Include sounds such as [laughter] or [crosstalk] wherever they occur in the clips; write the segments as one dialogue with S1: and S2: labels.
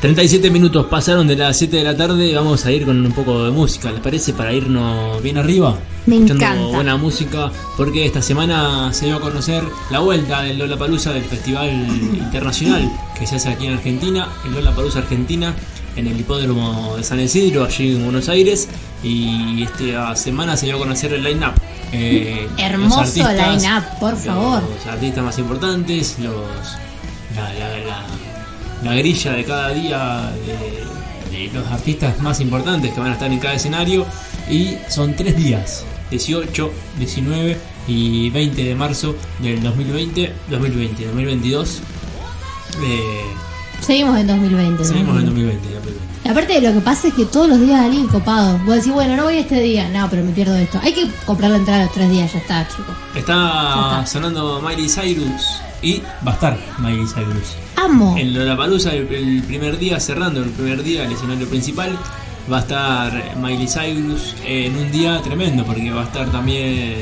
S1: 37 minutos pasaron de las 7 de la tarde. Vamos a ir con un poco de música, ¿les parece? Para irnos bien arriba.
S2: Me
S1: escuchando
S2: encanta.
S1: buena música. Porque esta semana se dio a conocer la vuelta del Lola Palusa del Festival Internacional que se hace aquí en Argentina. El Lola Palusa Argentina en el hipódromo de San Isidro, allí en Buenos Aires. Y esta semana se dio a conocer el line-up. Eh, los
S2: Hermoso
S1: artistas,
S2: line-up, por favor.
S1: Los artistas más importantes, los la, la- la- la grilla de cada día de, de los artistas más importantes que van a estar en cada escenario. Y son tres días, 18, 19 y 20 de marzo del 2020, 2020, 2022. Eh,
S2: Seguimos en 2020.
S1: seguimos en
S2: ¿no?
S1: 2020, 2020.
S2: Y Aparte de lo que pasa es que todos los días alguien copado. Vos decís, bueno, no voy este día. No, pero me pierdo esto. Hay que comprar la entrada los tres días, ya está, chicos.
S1: Está
S2: está.
S1: sonando Miley Cyrus y va a estar Miley Cyrus.
S2: Amo.
S1: En Lollapalooza el, el primer día, cerrando el primer día el escenario principal, va a estar Miley Cyrus en un día tremendo porque va a estar también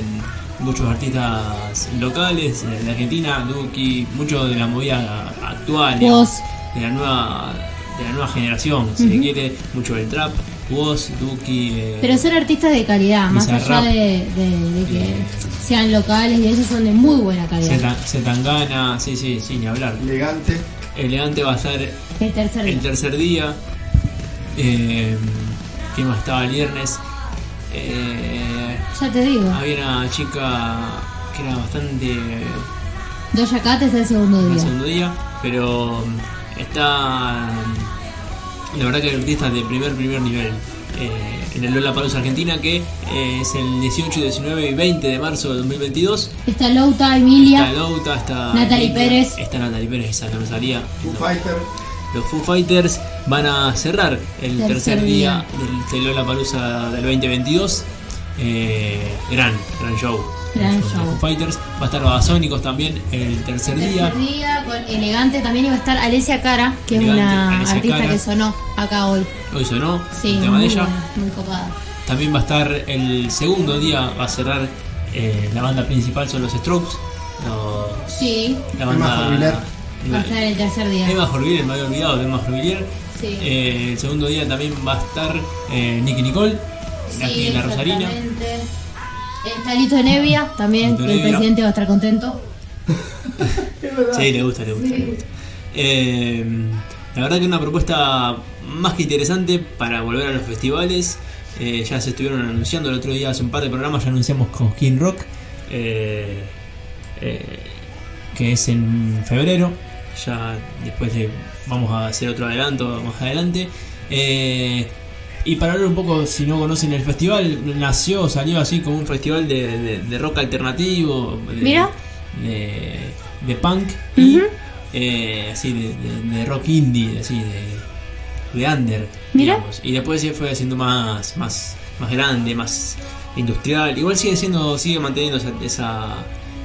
S1: muchos artistas locales eh, de Argentina, Duki, muchos de la movida actual, digamos,
S2: Vos.
S1: de la nueva de la nueva generación, si se quiere, mucho del trap, Woz, Duki, eh,
S2: Pero son artistas de calidad, más
S1: Bizarrap.
S2: allá de, de- de que
S1: Eh.
S2: sean locales y ellos son de muy buena calidad.
S1: Zeta- Zetangana, sí, sí, sí, ni hablar.
S3: Elegante.
S1: Elegante va a estar
S2: El tercer
S1: El
S2: día.
S1: tercer día. Eh, ¿Quién más estaba el viernes? Eh,
S2: Ya te digo,
S1: había una chica que era bastante.
S2: Doja Cat es el segundo
S1: el
S2: día.
S1: segundo día, pero está. La verdad que hay artistas de primer, primer nivel. eh, en el Lola Palos Argentina, que eh, es el 18, 19 y 20 de marzo de 2022.
S2: Está Louta,
S1: Está
S2: Emilia,
S1: Louta, está.
S2: Natalie
S1: Emilia,
S2: Pérez.
S1: Está Natalie Pérez, esa no me salía.
S3: Foo
S1: No.
S3: Fighter.
S1: Los Foo Fighters van a cerrar el
S2: Tercer
S1: tercer día
S2: día.
S1: del Lola Palusa del 2022. Eh, gran, gran show.
S2: Gran
S1: de
S2: show.
S1: Foo Fighters. Va a estar Babasónicos también el tercer día.
S2: tercer día, con Elegante también iba a estar Alesia Cara, que es
S1: Elegante,
S2: una
S1: Alesia
S2: artista
S1: Cara.
S2: que sonó acá hoy.
S1: Hoy sonó
S2: Sí,
S1: el tema de
S2: muy,
S1: ella.
S2: buena, muy copada.
S1: También va a estar el segundo día, va a cerrar eh, la banda principal, son los Strokes. Los-
S2: Sí,
S1: la
S3: Emma Horviller.
S1: banda.
S2: va a estar el tercer día.
S1: Emma Horviller, me había olvidado de Emma Horviller.
S2: Sí.
S1: Eh, el segundo día también va a estar eh, Nicky Nicole, la,
S2: Sí,
S1: la Rosarina.
S2: exactamente. Está Lito Nevia también,
S1: Lito
S2: que el
S1: Nevia.
S2: presidente va a estar contento.
S1: Sí, le gusta, le gusta. le gusta. Eh, la verdad que una propuesta más que interesante para volver a los festivales. Eh, ya se estuvieron anunciando el otro día, hace un par de programas, ya anunciamos con King Rock, eh, eh, que es en febrero. Ya después le vamos a hacer otro adelanto más adelante. Eh, y para hablar un poco, si no conocen el festival, nació, salió así como un festival de, de- de rock alternativo. de-
S2: Mira.
S1: De, de punk. Y, eh, así, de, de- de rock indie, así, de, de under.
S2: Mira.
S1: digamos. Y después se fue haciendo más, más, más grande, más industrial. Igual sigue siendo, sigue manteniendo esa, esa,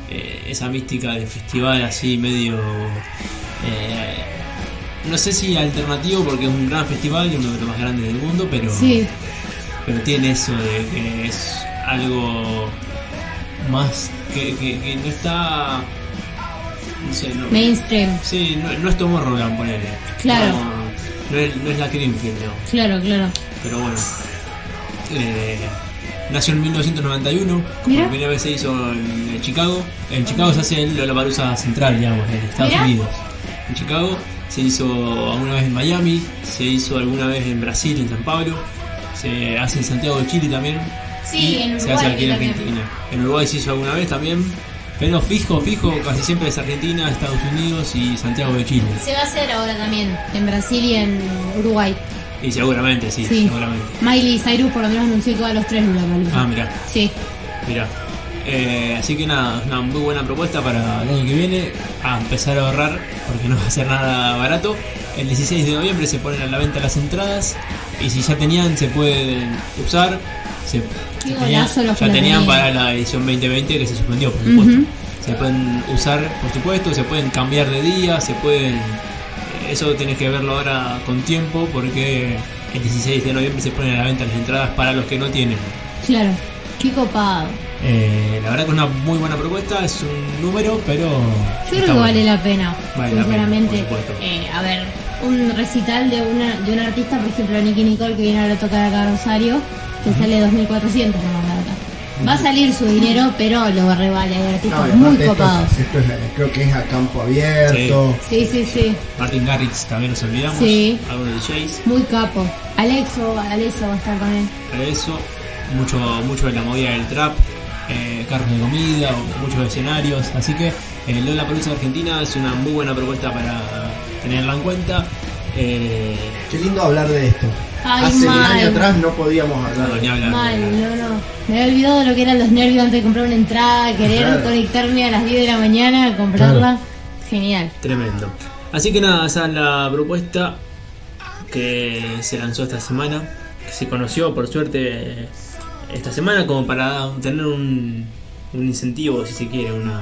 S1: eh, esa mística del festival así, medio... eh, no sé si alternativo porque es un gran festival y uno de los más grandes del mundo, pero,
S2: Sí,
S1: pero tiene eso de que es algo más que, que- que no está. No sé, no.
S2: mainstream.
S1: Sí, no, no es Tomorrowland, ponele.
S2: Claro.
S1: No, no es, no es la Greenfield, no.
S2: Claro, claro.
S1: Pero bueno. Eh, nació en 1991, como
S2: Mira.
S1: la primera vez se hizo en, en Chicago. En Chicago se hace en Lollapalooza Central, digamos, en Estados
S2: Mira.
S1: Unidos. En Chicago se hizo alguna vez en Miami, se hizo alguna vez en Brasil, en San Pablo. Se hace en Santiago de Chile también.
S2: Sí,
S1: Y
S2: en
S1: se hace
S2: Uruguay
S1: aquí en
S2: también.
S1: Argentina. En Uruguay se hizo alguna vez también. Pero fijo, fijo, casi siempre es Argentina, Estados Unidos y Santiago de Chile.
S2: Se va a hacer ahora también en Brasil y en Uruguay.
S1: Y seguramente, sí,
S2: Sí.
S1: seguramente.
S2: Miley Cyrus por lo menos anunció que va a los tres Lollapalooza.
S1: Ah, mirá.
S2: Sí.
S1: Mirá. Eh, así que nada, es una muy buena propuesta para el año que viene. A empezar a ahorrar, porque no va a ser nada barato. El 16 de noviembre se ponen a la venta las entradas. Y si ya tenían, se pueden usar. Se,
S2: Qué
S1: ya tenían-
S2: golazo los
S1: ya tenían
S2: planeados.
S1: para la edición 2020 que se suspendió, por supuesto.
S2: Ujú.
S1: Se pueden usar, por supuesto. Se pueden cambiar de día. Se pueden. Eso tenés que verlo ahora con tiempo, porque el 16 de noviembre se ponen a la venta las entradas para los que no tienen.
S2: Claro. Qué copado.
S1: Eh, la verdad que es una muy buena propuesta, es un número, pero.
S2: Yo creo que vale la pena, sinceramente. Eh, a ver, un recital de una de un artista, por ejemplo, Nicky Nicole, que viene ahora a tocar acá a Rosario, que sale 2.400 la barata. Va a salir su dinero, pero lo revale, hay artistas
S3: No, y
S2: muy
S3: aparte esto es-
S2: copados.
S3: esto es- eh, creo que es a campo abierto.
S2: Sí, sí, sí,
S1: Martin Garrix también nos olvidamos.
S2: Sí.
S1: Algunos de DJs.
S2: muy capo. Alexo, Alexo va a estar con él.
S1: Para eso, mucho, mucho de la movida del trap, eh, carros de comida, o muchos escenarios. Así que eh, Lola Palusa Argentina es una muy buena propuesta para tenerla en cuenta. Eh,
S3: Qué lindo hablar de esto.
S2: Ay,
S3: Hace 10
S2: mal.
S3: años atrás no podíamos hablar.
S1: no,
S3: de
S1: ni hablar.
S2: Mal, no, no. Me había olvidado de lo que eran los nervios antes de comprar una entrada, querer
S3: Claro.
S2: conectarme a las 10 de la mañana, a comprarla. Genial.
S1: Tremendo. Así que nada, esa es la propuesta que se lanzó esta semana, que se conoció por suerte esta semana como para tener un, un incentivo, si se quiere, una...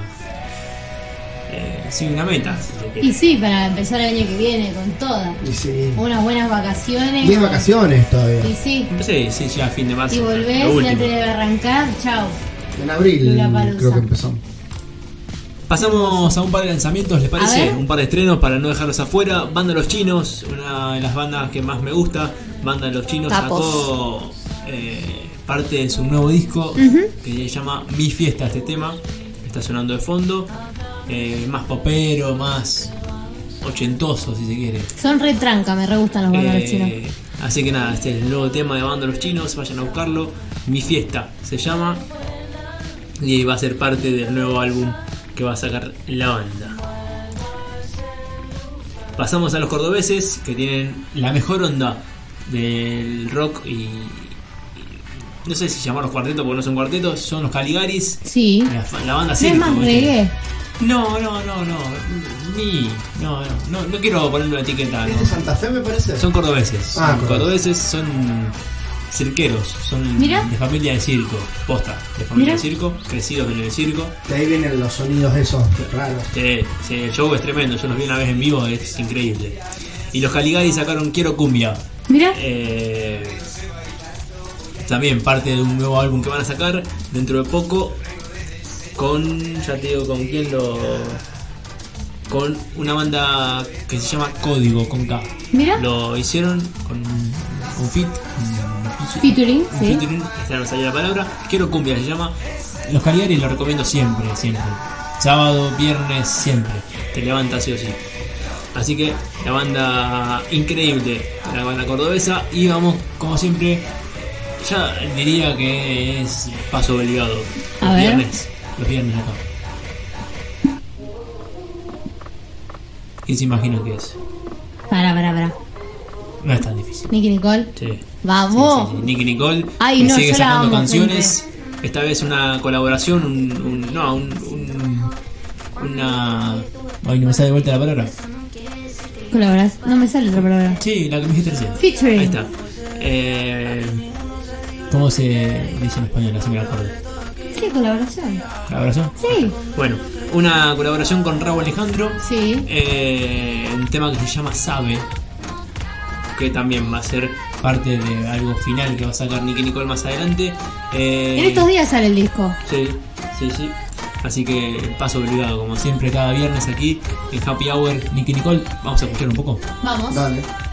S1: Eh, sí, una meta. si se quiere.
S2: Y sí, para empezar el año que viene con toda.
S3: Y sí.
S2: Unas buenas vacaciones.
S3: 10 vacaciones todavía.
S2: Y sí.
S1: Sí, Ah, sí, ya fin de marzo.
S2: Y
S1: lo
S2: volvés y
S1: último.
S2: antes de arrancar, chao.
S3: En abril
S2: Lollapalooza.
S3: creo que empezamos.
S1: Pasamos a un par de lanzamientos, ¿les
S2: A
S1: parece?
S2: ver.
S1: Un par de estrenos para no dejarlos afuera. Banda Los Chinos, una de las bandas que más me gusta. Banda Los Chinos
S4: Capos.
S1: sacó eh, parte de su nuevo disco que se llama Mi Fiesta, este tema. Está sonando de fondo. Eh, más popero, más ochentoso si se quiere.
S2: Son retranca, me re gustan Ah, los banderos
S1: Eh,
S2: chinos.
S1: Así que nada, este es el nuevo tema de Banda Los Chinos, vayan a buscarlo. Mi fiesta se llama y va a ser parte del nuevo álbum que va a sacar la banda. Pasamos a los cordobeses que tienen la mejor onda del rock y. y- No sé si llamarlos cuartetos porque no son cuartetos, son los Caligaris.
S2: Sí.
S1: La, la banda
S2: No es
S1: circo,
S2: más
S1: ¿viste?
S2: reggae.
S1: No, no, no, no. Ni. No, no, no, no quiero ponerle una etiqueta. Ah,
S2: [laughs]
S3: ¿Es
S1: no.
S3: de Santa Fe me parece?
S1: Son cordobeses.
S3: Ah,
S1: Son
S3: cordobeses.
S1: cordobeses son cirqueros, son
S2: Mirá.
S1: de familia de circo, posta, de familia
S2: Mirá.
S1: de circo, crecidos en el circo.
S3: De ahí vienen los sonidos esos raros.
S1: Sí, sí, el show es tremendo, yo los vi una vez en vivo, es increíble. Y los Caligari sacaron Quiero Cumbia.
S2: Mira,
S1: Eh, también parte de un nuevo álbum que van a sacar dentro de poco con, ya te digo, con quién lo... Con una banda que se llama Código, con K.
S2: mira.
S1: Lo hicieron con un fit, un-
S2: Featuring,
S1: un
S2: sí.
S1: featuring, esta no me salió la palabra. Quiero cumbia, se llama. Los Caligari lo recomiendo siempre, siempre. Sábado, viernes, siempre. Te levantas sí o sí. Así que la banda increíble, la banda cordobesa. Y vamos, como siempre, ya diría que es paso obligado.
S2: A
S1: los
S2: ver.
S1: viernes, los viernes acá. ¿Quién se imagina que es?
S2: Pará, pará, pará.
S1: No es tan difícil.
S2: Nicky Nicole.
S1: Sí. Sí,
S2: Vamos.
S1: sí, sí. Nicki Nicole
S2: Oh. Ay,
S1: que
S2: no,
S1: sigue
S2: yo la
S1: sacando
S2: amo,
S1: canciones. Esta vez una colaboración, un, un- no, un, un- una. Ay, no me sale de vuelta la palabra.
S2: Colaboras. No me sale otra palabra.
S1: Sí, la que me dijiste recién.
S2: Featuring.
S1: Ahí está. Eh, ¿Cómo se dice en español? Así me acuerdo.
S2: Sí, colaboración.
S1: ¿Colaboración?
S2: Sí.
S1: Bueno, una colaboración con Raúl Alejandro.
S2: Sí.
S1: Eh, un tema que se llama Sabe, que también va a ser parte de algo final que va a sacar Nicky Nicole más adelante. Eh,
S2: En estos días sale el disco.
S1: Sí, sí, sí. Así que paso obligado, como siempre, cada viernes aquí en Happy Hour. Nicky Nicole, vamos a escuchar un poco.
S2: Vamos.
S3: Dale.